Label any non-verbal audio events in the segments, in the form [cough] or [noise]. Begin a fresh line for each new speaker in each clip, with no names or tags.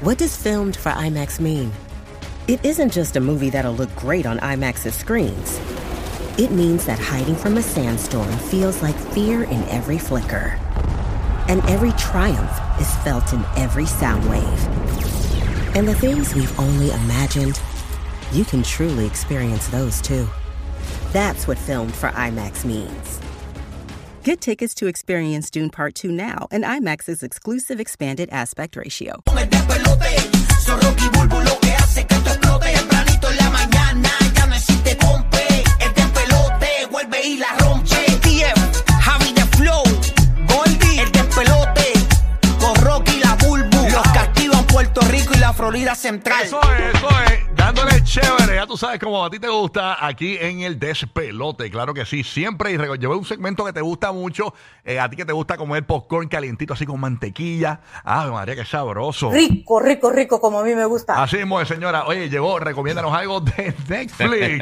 What does filmed for IMAX mean? It isn't just a movie that'll look great on IMAX's screens. It means that hiding from a sandstorm feels like fear in every flicker. And every triumph is felt in every sound wave. And the things we've only imagined, you can truly experience those too. That's what filmed for IMAX means. Get tickets to experience Dune Part 2 now and IMAX's exclusive expanded aspect ratio.
y la rompe. ATF, Javi de Flow, Goldie, el despelote, con Rocky la Bulbu. Los castigan Puerto Rico y la Florida Central.
Eso es, eso es. Dándole chévere, ya tú sabes como a ti te gusta aquí en el despelote, claro que sí, siempre y reco- llevé un segmento que te gusta mucho, eh, a ti que te gusta comer popcorn calientito así con mantequilla, ah, María, qué sabroso.
Rico, rico, rico, como a mí me gusta.
Así mismo es, señora, oye, llegó, recomiéndanos algo de
[laughs]
Netflix.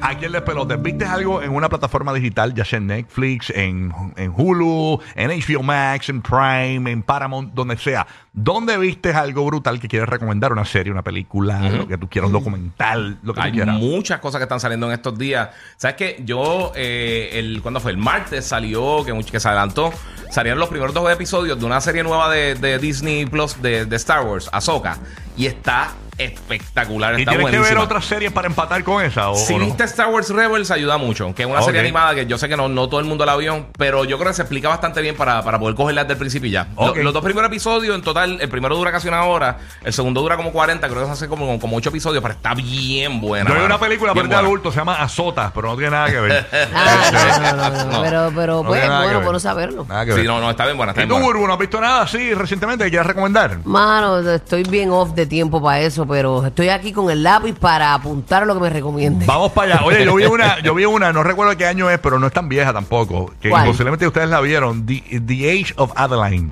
Aquí en Despelote, ¿viste algo en una plataforma digital, ya sea en Netflix, en, en Hulu, en HBO Max, en Prime, en Paramount, donde sea? ¿Dónde viste algo brutal que quieres recomendar? Una serie, una película, lo que tú quieras, un documental, lo que tú
Hay
quieras.
muchas cosas que están saliendo en estos días. ¿Sabes qué? Yo, eh, el, ¿cuándo fue? El martes salió, que, mucho- que se adelantó. Salieron los primeros dos episodios de una serie nueva de, de Disney Plus de, de Star Wars, Ahsoka. Y está espectacular,
¿Y
está
tienes
buenísima.
que ver otras series para empatar con esa? O,
Si
o no?
viste Star Wars Rebels, ayuda mucho. Que es una
Ah,
serie
ok.
animada que yo sé que no, no todo el mundo la vio, pero yo creo que se explica bastante bien para, para poder cogerla desde el principio y ya. Lo-
Ok.
los dos primeros episodios, en total, el primero dura casi una hora, el segundo dura como 40, creo que se hace como, como 8 episodios, pero está bien buena.
Yo vi
mano.
una película
Bien
para de
buena.
adulto, se llama Azotas, pero no tiene nada que
[laughs]
ver.
Ah, no, no, no, no.
No.
Pero,
[laughs]
pero
No
pues,
tiene nada que
bueno,
ver.
bueno saberlo.
Nada que
Sí,
ver.
no, no, está bien buena. Está
¿Y
bien
tú,
buena.
Burbu, no has visto nada así recientemente que quieras recomendar?
Mano, estoy bien off de tiempo para eso, pero estoy aquí con el lápiz para apuntar lo que me recomienden.
Vamos para allá. Oye, yo vi una, yo vi una, no recuerdo qué año es, pero no es tan vieja tampoco. Que
¿Cuál?
posiblemente ustedes la vieron. The, The Age of Adeline.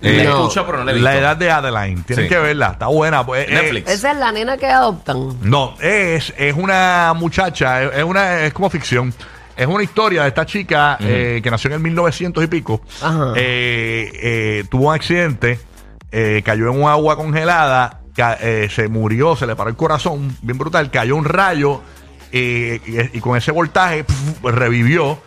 La
Eh, no.
escucho, pero no la he visto.
La edad de Adeline. Tienen
Sí.
que verla. Está buena. pues, eh,
Netflix.
Esa es la nena que adoptan.
No, es, es una muchacha, es, es una, es como ficción. Es una historia de esta chica eh, que nació en el 1900 y pico.
Ajá.
Eh, eh, tuvo un accidente, eh, cayó en un agua congelada, ca- eh, se murió, se le paró el corazón, bien brutal, cayó un rayo eh, y, y con ese voltaje pf, revivió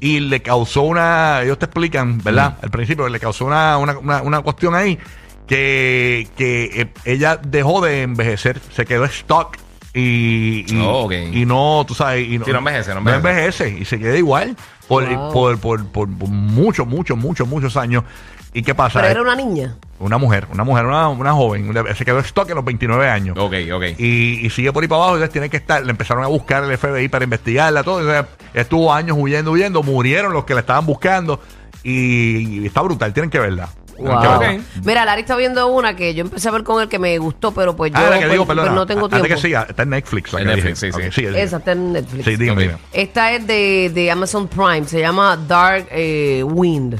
y le causó una, ellos te explican, ¿verdad?
Mm.
Al principio le causó una, una, una- una cuestión ahí que, que eh, ella dejó de envejecer, se quedó stuck. Y, y,
Oh, ok.
y no, tú sabes, y no,
Sí, no envejece, no envejece.
envejece y se queda igual por,
Wow.
por, por, por muchos, muchos, muchos, muchos años. ¿Y qué pasa?
Pero era una niña.
Una mujer, una mujer, una, una joven, se quedó stock en los 29 años.
Ok, ok.
Y, y sigue por ahí para abajo, entonces tiene que estar, le empezaron a buscar el FBI para investigarla, todo. Entonces, estuvo años huyendo, huyendo, murieron los que la estaban buscando y, y está brutal, tienen que verla. Tienen que
Wow.
verla.
Ok.
Mira, Larry está viendo una que yo empecé a ver con él que me gustó, pero pues yo
Ah, la que
pues,
digo,
pues,
perdona,
no tengo
antes
tiempo.
que siga, está en Netflix. la
En
que
Netflix,
dije.
sí, sí.
Ok, sigue,
Esa
sigue.
está en Netflix.
Sí, dígame,
Ok.
dígame.
Esta es de, de Amazon Prime, se llama Dark eh, Wind.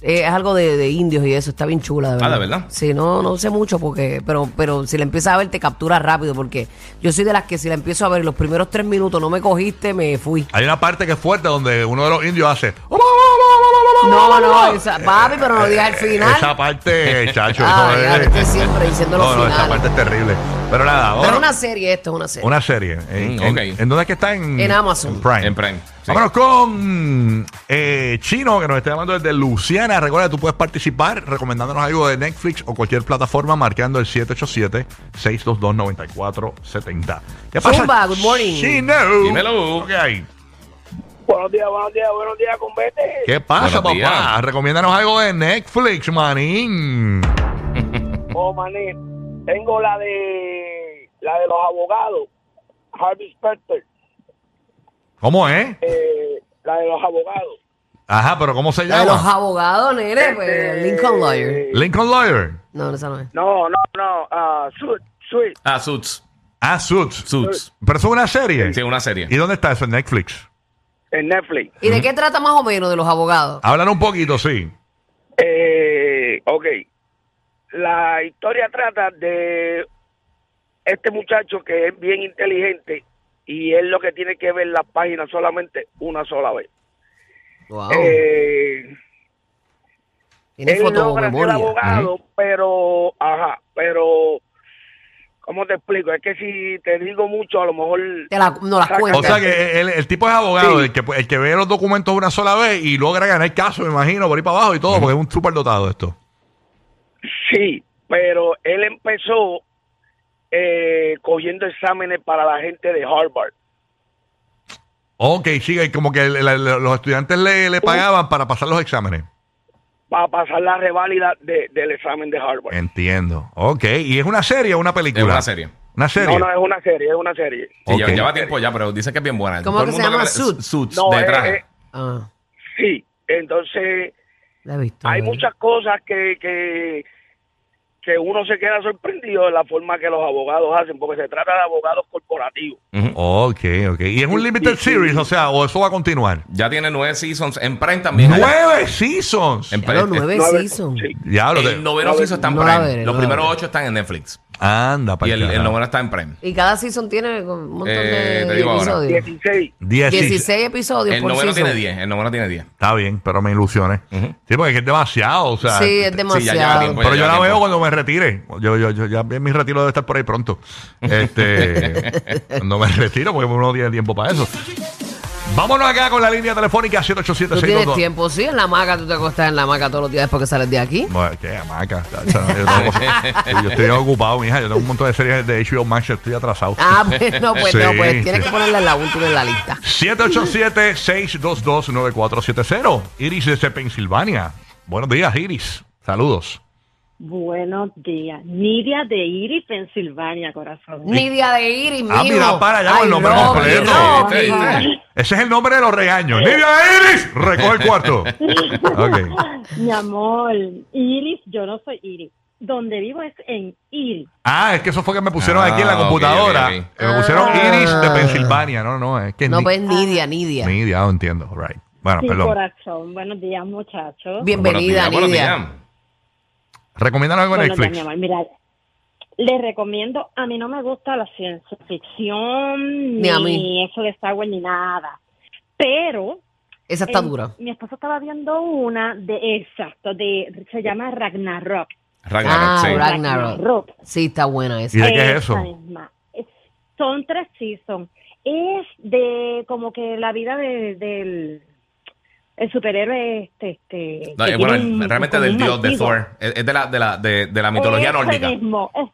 Eh, es algo de, de indios y eso, está bien chula, de
Ah,
verdad.
¿de verdad?
Sí, no, no sé mucho porque, pero, pero si la empiezas a ver te captura rápido porque yo soy de las que si la empiezo a ver los primeros tres minutos no me cogiste, me fui.
Hay una parte que es fuerte donde uno de los indios hace. "Oh,
No, no, esa, papi, pero no digas el final.
Eh, Esa parte, chacho.
Ay,
eso es-
ahora estoy siempre diciendo los
No, no, esa
finales.
parte es terrible. Pero nada,
Pero es
vámonos.
una serie, esto es una serie.
Una serie. En,
Mm,
en-
ok.
¿en dónde es que está? En,
Eh, En Amazon.
En Prime.
En Prime, sí.
Vámonos con eh, Chino, que nos está llamando desde Luciana. Recuerda, tú puedes participar recomendándonos algo de Netflix o cualquier plataforma marcando el 787-622-9470. ¿Qué pasa?
Zumba, good morning.
Chino.
Dímelo.
¿Qué hay?
Buenos días, buenos días, buenos días, convete.
¿Qué pasa,
Buenos días.
papá? Recomiéndanos algo de Netflix, manín.
Oh, mané, tengo la de la de los abogados, Harvey Specter,
¿Cómo es?
eh, la de los abogados.
Ajá, pero ¿cómo se
La de los
llama?
abogados, nene, pues, Lincoln Lawyer.
Lincoln Lawyer.
No, esa no es.
Eh, No, no, no, ah, Sweet, Sweet.
Ah, Suits.
Ah, Suits.
Suits.
Pero eso es una serie.
Sí, una serie.
¿Y dónde está eso? En Netflix.
en Netflix.
¿Y de qué trata más o menos de los abogados?
Hablan un poquito, sí.
Eh, ok, la historia trata de este muchacho que es bien inteligente y es lo que tiene que ver las páginas solamente una sola vez.
Wow.
Eh,
Tiene
él logra ser
fotomemoria.
abogado, pero a ¿Cómo te explico? Es que si te digo mucho, a lo mejor...
Te la- no las
Saca-
cuentas.
O sea que el, el tipo es abogado, el, que, el que ve los documentos una sola vez y logra ganar caso, me imagino, por ahí para abajo y todo, porque es un súper dotado esto.
Sí, pero él empezó eh, cogiendo exámenes para la gente de Harvard.
Ok, sí, y como que la- la- los estudiantes le, le pagaban para pasar los exámenes.
para pasar la reválida de- del examen de Harvard.
Entiendo. Ok, ¿y es una serie o una película?
Es una serie.
Una serie.
No, no, es una serie, es una serie.
Sí,
Ok.
lleva, lleva tiempo ya, pero dicen que es bien buena.
¿Cómo
Todo
que
el
se
mundo
llama?
le-
Suits.
Suits,
No,
de
eh,
traje.
eh,
Ah,
sí, entonces
la he visto.
hay
¿verdad?
muchas cosas que, que, que uno se queda sorprendido de la forma que los abogados hacen, porque se trata de abogados corporativos.
eh,
Ujú.
Ok, ok. ¿Y es un limited series? O sea, ¿o eso va a continuar?
Ya tiene nueve seasons. En Prime también. hay-
¡Nueve seasons!
En
Ya los
Prime.
nueve
No, a ver,
season.
sí.
Ya lo
Em, El
de...
noveno season está en
No la
Prime.
veré,
Los
no la
primeros
veré. Pues
ocho están en Netflix.
Anda, para
Y el, el
carajo.
noveno está en Prime.
Y cada season tiene un montón
Eh, te
de
digo ahora.
episodios.
16.
16.
16 episodios
El
por
noveno
season.
tiene diez. El noveno tiene diez.
Está bien, pero me ilusioné.
Ujú.
Sí, porque es demasiado, o sea...
Sí, es
lleva
demasiado.
tiempo.
Pero yo la
Tiempo.
veo cuando me retire. Yo, yo, yo, ya mi retiro debe estar por ahí pronto. Este, cuando me retiro, porque uno no tiene tiempo para eso. Vámonos acá con la línea telefónica
Tú tienes
787
tiempo, sí, en la maca, tú te acostas en la maca todos los días después que sales de aquí.
Bueno, qué hamaca. O sea, Yo, tengo- yo estoy ocupado, mija. Yo tengo un montón de series de HBO Max, estoy atrasado.
Ah, [laughs] pues no, pues no,
Sí,
pues tienes
sí.
que ponerla en la última en la lista.
787-622-9470. Iris desde Pensilvania. Buenos días, Iris. Saludos.
Buenos días. Nidia de Iri, Pensilvania, corazón.
Nidia de Iris, mijo.
Ah, mira, para allá con el
Ay,
nombre
no,
completo.
no,
¿Viste?
mijo.
¿Viste?
Ese es el nombre de los regaños. ¡Nidia Iris! Recoge el cuarto. Ok.
Mi amor, Iris, yo no soy Iris. Donde vivo es en Iri.
Ah, es que eso fue que me pusieron
Ah,
aquí en la
ok,
computadora.
ok, ok.
Que Me pusieron
Ah.
Iris de Pensilvania. No, no, es que
No,
ni-
pues Nidia, Nidia.
ni idea, no entiendo. All right. Bueno,
Sí,
perdón.
corazón. Buenos días, muchachos.
Bienvenida,
Buenos días,
Nidia.
buenos días.
Recomiéndanos algo en
Buenos días,
Netflix.
mi amor. Mira, les recomiendo, a mí no me gusta la ciencia ficción,
Ni
ni,
a mí.
eso de Star Wars, ni nada. Pero
Esa está
eh,
dura.
mi esposo estaba viendo una de, exacto, de, se llama Ragnarok.
Ragnarok,
Ah,
sí.
Ragnarok. Sí, está buena
¿Y
esa.
de qué es
Esa
eso?
misma. Es- Son tres seasons. Es de como que la vida de- del el superhéroe este, este
No,
que
eh, bueno,
tiene un-
realmente
como
del
un
dios de
martillo.
Thor. Es, es de la, de la, de, de la mitología
Ese
nórdica. Es
mismo. Es-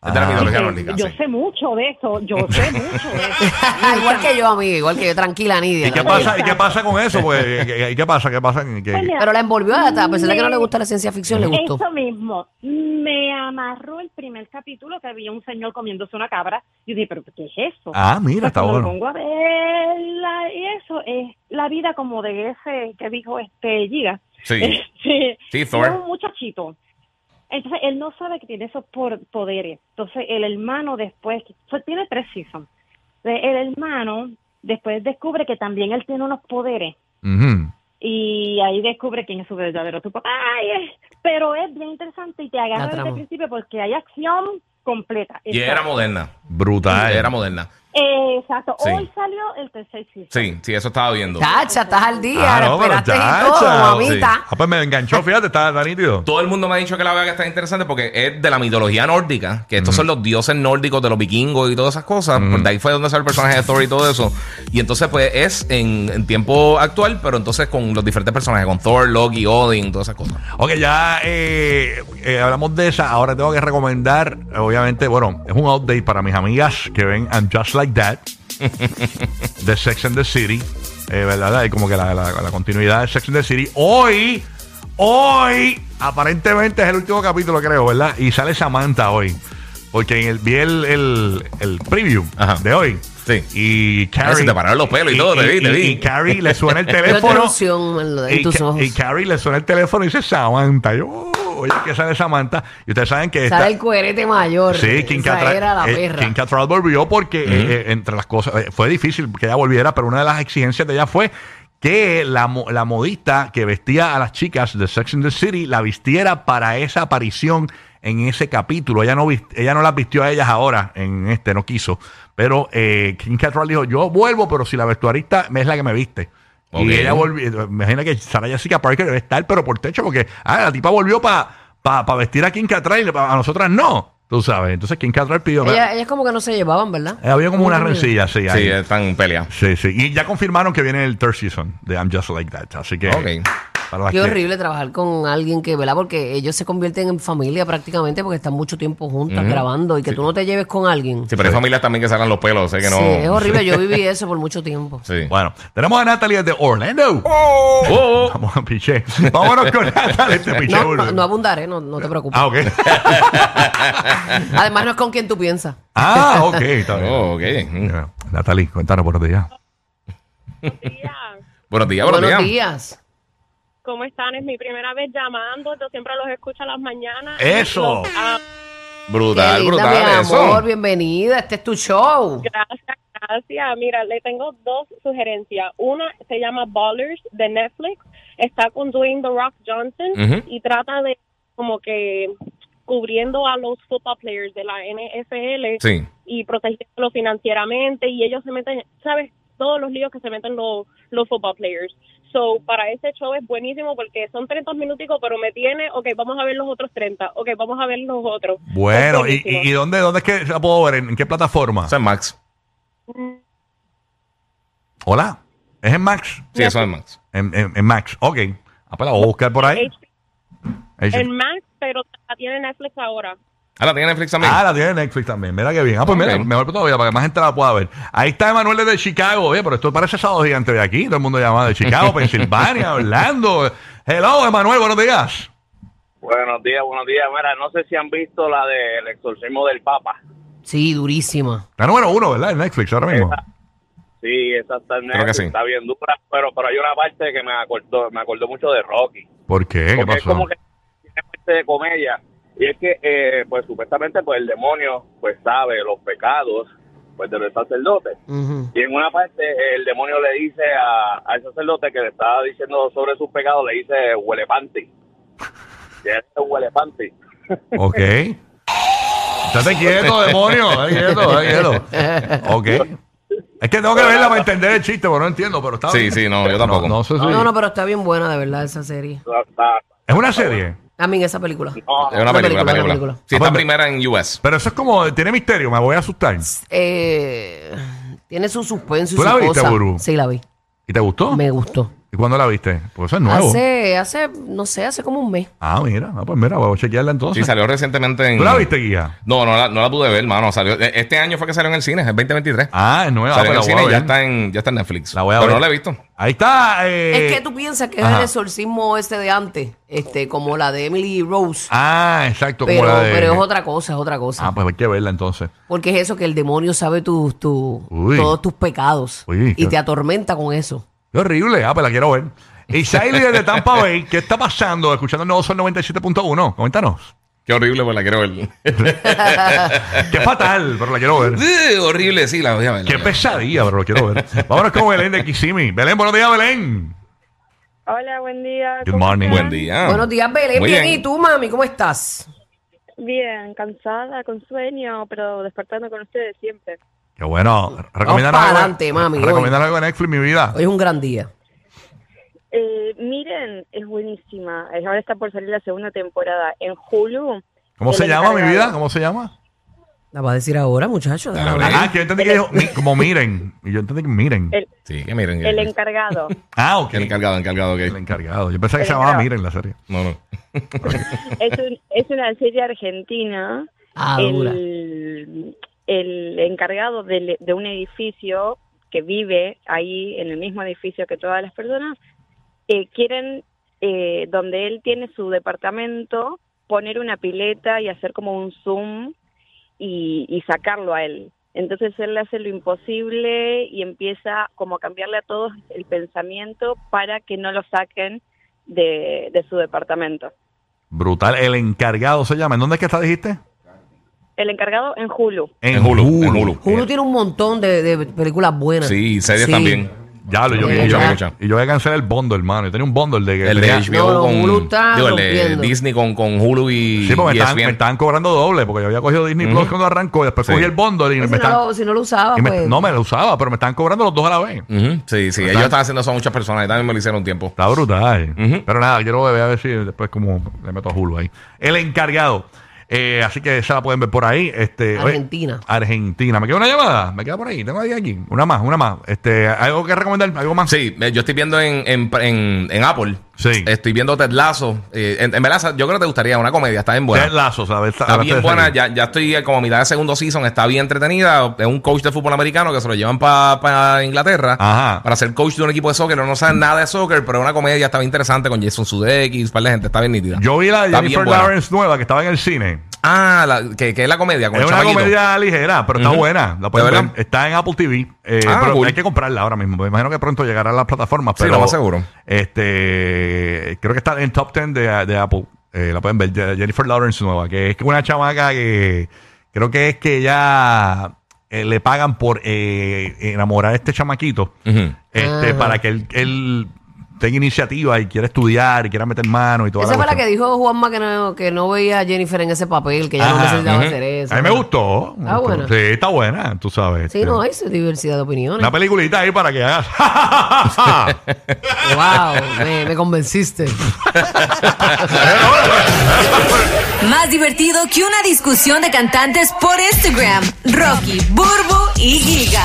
de la
Ah.
mitología
eh,
nórdica,
yo
sí.
sé mucho de
[laughs]
eso, yo sé mucho de eso.
[laughs] igual que yo, amiga, igual que yo. Tranquila, Nidia.
¿Y qué
tranquila.
pasa, ¿Y qué pasa con eso? Pues, ¿y qué- ¿Y qué pasa? ¿Qué pasa? ¿Qué-
Pues mira,
Pero la envolvió hasta, a pesar de que no le gusta la ciencia ficción, le gustó.
Eso mismo. Me amarró el primer capítulo que había un señor comiéndose una cabra. Yo dije, ¿pero qué es eso?
Ah, mira, está
Pues me
bueno.
pongo a ver la- y eso es la vida como de ese que dijo este Giga. [laughs]
[laughs]
Sí.
Este,
Sí, Thor.
era un muchachito. Entonces él no sabe que tiene esos por- poderes. Entonces el hermano después, fue- tiene tres seasons. Entonces, El hermano después descubre que también él tiene unos poderes
Ujú.
y ahí descubre quién es su verdadero tu papá. Ay, eh, pero es bien interesante y te
La
agarra desde
trama.
el principio porque hay acción completa. Eh,
Y era moderna.
Brutal.
Era moderna.
Exacto.
Sí.
Hoy salió el tercer season.
Sí, sí, eso estaba viendo.
Tacha, estás al día,
Ah,
la
no, pero
esperaste
chacha.
y todo, mamita.
Ah, pues me enganchó, fíjate, está, está nítido.
Todo el mundo me ha dicho que la vega está interesante porque es de la mitología nórdica, que estos son los dioses nórdicos de los vikingos y todas esas cosas. Pues de ahí fue donde sale el personaje de Thor y todo eso. Y entonces, pues es en, en tiempo actual, pero entonces con los diferentes personajes, con Thor, Loki, Odin, todas esas cosas.
Ok, ya eh, eh, hablamos de esa. Ahora tengo que recomendar, obviamente, bueno, es un update para mis amigas que ven I'm Just Like
[laughs]
That, de Sex and the City, eh, ¿verdad? Y como que la, la- la continuidad de Sex and the City. Hoy, hoy, aparentemente es el último capítulo, creo, ¿verdad? Y sale Samantha hoy. Porque en el, vi el, el- el preview
Ajá.
de hoy.
Sí.
Y
Ah,
Carrie.
se te pararon los pelos y todo, te vi, te vi.
y Carrie le suena el
[laughs]
Pero tu
teléfono.
ilusión en, lo- en
Y,
tus
Ca-
ojos.
y Carrie le suena el teléfono y dice Samantha. Yo, oh, oye, que sale Samantha. Y ustedes saben que
Sale
esta-
el coherente mayor.
Sí, Kim
Esa
Cattrall,
era la
eh,
perra.
Kim Cattrall volvió porque eh, eh, entre las cosas eh, fue difícil que ella volviera, pero una de las exigencias de ella fue que la, mo- la modista que vestía a las chicas de Sex and the City la vistiera para esa aparición en ese capítulo. Ella no vist- ella no las vistió a ellas ahora en este, no quiso. Pero eh, Kim Cattrall dijo, yo vuelvo, pero si la vestuarista es la que me viste.
Ok.
Y ella volvió, imagina que Sarah Jessica Parker debe estar pero por techo porque ah, la tipa volvió para pa, pa vestir a Kim Cattrall, y pa- a nosotras no. Tú sabes. Entonces, ¿quién Cattrall pidió?
Ellas, ellas como que no se llevaban, ¿verdad?
Eh,
Mm,
Había como una rencilla, sí. ahí.
Sí, eh. están peleados.
Sí, sí. Y ya confirmaron que viene el third season de I'm Just Like That. Así que.
Ok.
para las
Qué
que-
horrible trabajar con alguien que, ¿verdad? Porque ellos se convierten en familia prácticamente porque están mucho tiempo juntas grabando y que tú no te lleves con alguien.
Sí, pero hay familias también que sacan los pelos, sé que no.
Sí, es horrible. Yo viví eso por mucho tiempo.
Sí.
Bueno, tenemos a Natalie de Orlando.
Oh, oh.
Vamos a piche. Vámonos con Natalie de piche.
No, no, no abundaré, no, no te preocupes.
Ah, ok.
Además, no es con quien tú piensas.
Ah, ok. Está bien.
Oh, ok. Mm.
Bueno, Natalie, cuéntanos por días.
Buenos días, buenos,
Buenos días.
días.
¿Cómo están? Es mi primera vez llamando. Yo siempre los escucho a las mañanas. Ah,
Eso.
Los amo.
Brutal,
Qué linda,
brutal
mi
eso.
amor, bienvenida. Este es tu show.
Gracias, gracias. Mira, le tengo dos sugerencias. Una se llama Ballers de Netflix. Está con Dwayne The Rock Johnson
Ujú.
y trata de como que cubriendo a los football players de la NFL
Sí.
y protegiéndolos financieramente y ellos se meten, ¿sabes? Todos los líos que se meten los, los football players. So, para ese show es buenísimo porque son 30 minuticos, pero me tiene, ok, vamos a ver los otros 30, ok, vamos a ver los otros.
Bueno,
Es
¿y,
buenísimo.
y- y dónde, dónde es que la puedo ver? ¿En, en qué plataforma?
Eso es Max.
Hola. ¿Es en Max?
Sí, eso es Max.
En, en- en Max. Ok. Ah, pues la voy a buscar por ahí.
H-
Ahí sí.
en Max, pero la tiene Netflix ahora.
Ah, la tiene Netflix también.
Ah, la tiene Netflix también. Mira qué bien. Ah, pues
Ok.
mira, mejor todavía para que más gente la pueda ver. Ahí está Emanuel desde Chicago. Oye, pero esto parece sábado gigante de aquí. Todo el mundo llama de Chicago, Pensilvania, Orlando. Hello, Emanuel, buenos días.
Buenos días, buenos días. Mira, no sé si han visto la del exorcismo del Papa.
Sí, durísima.
La número uno, ¿verdad? En Netflix ahora mismo.
Sí, esa está, en
Creo que
Netflix,
sí.
está bien dura, pero, pero hay una parte que me acordó, me acordó mucho de Rocky.
¿Por qué? ¿Qué
porque es
pasó?
como que tiene parte de comedia. Y es que, eh, pues supuestamente, pues el demonio, pues sabe los pecados, pues de los sacerdotes.
Ujú.
Y en una parte el demonio le dice a, al sacerdote que le estaba diciendo sobre sus pecados, le dice [laughs] huelepanti. Que es un huelepanti.
Ok. Estate quieto, demonio. Estate quieto, estate quieto. Ok. Es que tengo que verla para entender el chiste, porque no entiendo, pero está
Sí,
bien.
sí, no, yo tampoco.
No, no sé si-
No, no, pero está bien buena, de verdad, esa serie.
O sea,
Es una serie.
A mí, esa película.
no,
es una película,
una
película.
película.
Sí,
Ah,
está
pues,
primera en US.
Pero eso es como, tiene misterio, me voy a asustar.
Eh, tiene su suspenso y
¿Tú
su
la viste,
cosa.
Buru?
Sí, la vi.
¿Y te gustó?
Me gustó.
¿Y cuándo la viste? Pues eso es nuevo.
Hace, hace, no sé, hace como un mes.
Ah, mira, ah, pues mira, voy a chequearla
Sí,
entonces.
salió recientemente en.
¿Tú la viste, guía?
No, no la, no la pude ver, mano. Salió, eh, este año fue que salió en el cine, es el 2023.
Ah, es nueva.
salió
pues
en
la
el
voy
cine
a
y ya
ver.
está en, ya está en Netflix.
La voy a
pero
ver.
no la he visto.
Ahí está. eh,
es que tú piensas que es
ajá.
el exorcismo ese de antes, este, como la de Emily Rose.
Ah, exacto. como
pero,
la de-
pero es otra cosa, es otra cosa.
Ah, pues hay que verla entonces.
Porque es eso que el demonio sabe tus tu-
Uy.
todos tus pecados
Uy,
y
qué-
te atormenta con eso.
Qué horrible. Ah, pues la quiero ver.
[laughs]
Y Shiley desde Tampa Bay, ¿qué está pasando? Escuchando el nuevo Sol 97.1. Coméntanos.
Qué horrible, pues la
[laughs]
quiero ver. [laughs]
Qué fatal, pero la quiero ver.
Eh, horrible, sí, la voy a ver.
Qué
la voy a ver.
pesadilla, pero la quiero ver. Vámonos con Belén de Kissimmee. Belén, buenos días, Belén.
Hola, buen día.
Good morning.
Buen día.
Ah.
Buenos días, Belén.
Muy
Bien.
bien.
¿Y tú, mami? ¿Cómo estás?
Bien, cansada, con sueño, pero despertando con ustedes siempre.
Qué bueno. Recomiéndanos
pa'
algo-
adelante, mami,
Recomiéndanos algo de Netflix, mi vida.
Hoy es un gran día.
Eh, miren, es buenísima. Eh, Ahora está por salir la segunda temporada en Hulu.
¿Cómo
El
se llama, mi
encargado.
vida? ¿Cómo se llama?
La vas a decir ahora, muchachos.
Dale, Belén.
Ah, que yo entendí que dijo, mi-
[laughs]
como miren. Y yo entendí que miren.
El,
Sí, que miren.
el
El,
encargado.
ah, ok.
el encargado, encargado,
El
ok.
encargado. Yo pensaba que
El
se llamaba
encargado.
Miren la serie.
No, no.
es, un- es una serie argentina.
Ah, dura.
el, el encargado del- de, un edificio que vive ahí en el mismo edificio que todas las personas, eh, quieren, eh, donde él tiene su departamento, poner una pileta y hacer como un zoom y, y sacarlo a él. Entonces él hace lo imposible y empieza como a cambiarle a todos el pensamiento para que no lo saquen de, de su departamento.
Brutal. El encargado se llama. ¿En dónde es que está, dijiste?
El encargado en Hulu.
En Hulu. En Hulu.
Hulu tiene un montón de, de películas buenas.
Sí, y series también.
Eh, Ya lo yo,
Sí,
yo- yo-
mucha.
Y yo voy a cancelar el bundle, hermano. Yo tenía un bundle de que
El de
tenía-
HBO
No,
con
Hulu está
digo, el de
rompiendo.
Disney con, con Hulu y, E
Sí, porque me
y
estaban, me
ESPN.
estaban cobrando doble, porque yo había cogido Disney Plus
Ujú.
cuando arrancó, y después
Sí.
cogí el bundle y
Pues
me
si, no
estaban...
lo, si no lo usaba,
y me-
pues.
no me lo usaba, pero me estaban cobrando los dos a la vez.
Ujú, Sí, sí, ellos están haciendo eso a muchas personas y también me lo hicieron un tiempo.
Está brutal.
Ujú.
Pero nada, quiero ver a ver si después como le meto a Hulu ahí. El encargado. Eh, así que esa la pueden ver por ahí. Este, oye,
Argentina.
Argentina. ¿Me queda una llamada? ¿Me queda por ahí? Tengo ahí aquí. Una más, una más. Este, ¿Algo que recomendar? ¿Algo más?
Sí, eh, yo estoy viendo en, en, en- en Apple.
Sí.
Estoy viendo Ted Lasso. Eh, en, en verdad, yo creo que te gustaría una comedia. Está bien buena.
Ted Lasso, ¿sabes?
Está
Hablaste
bien
de
buena,
serie.
ya, ya estoy eh, como a mitad de segundo season, está bien entretenida. Es un coach de fútbol americano que se lo llevan para Inglaterra
Ajá.
para ser coach de un equipo de soccer. No, no saben nada de soccer, pero es una comedia está bien interesante con Jason Sudeikis, un par de gente, está bien nítida.
Yo vi la de
Está bien
Jennifer
buena.
Lawrence nueva que estaba en el cine.
Ah, la- que, que es la comedia con
Es
el
una
chamaquito.
comedia ligera, pero está
Ujú.
buena. La pueden
¿De
ver.
verdad?
Está en Apple TV. eh,
Ah,
pero
cool.
hay que comprarla ahora mismo. Me imagino que pronto llegará a las plataformas.
Sí,
Pero,
lo
[laughs]
más seguro. [laughs]
Este, creo que está en top 10 de, de Apple. Eh, la pueden ver. de Jennifer Lawrence nueva, que es una chamaca que creo que es que ya eh, le pagan por eh, enamorar a este chamaquito
Ujú.
este,
Ah.
para que él, él tenga iniciativa y quiera estudiar y quiera meter mano y todo.
Esa fue la que dijo Juanma que no, que no veía a Jennifer en ese papel, que ya no
Ajá,
necesitaba
ujú.
hacer eso.
A mí me gustó.
Está
Me gustó.
buena.
Sí, está buena, tú sabes.
Ah, Sí,
Este,
no, hay su diversidad de opiniones.
Una peliculita ahí para que hagas.
[laughs]
pues- [laughs]
Wow, me, me convenciste.
Más divertido que una discusión de cantantes por Instagram. Rocky, Burbu y Giga.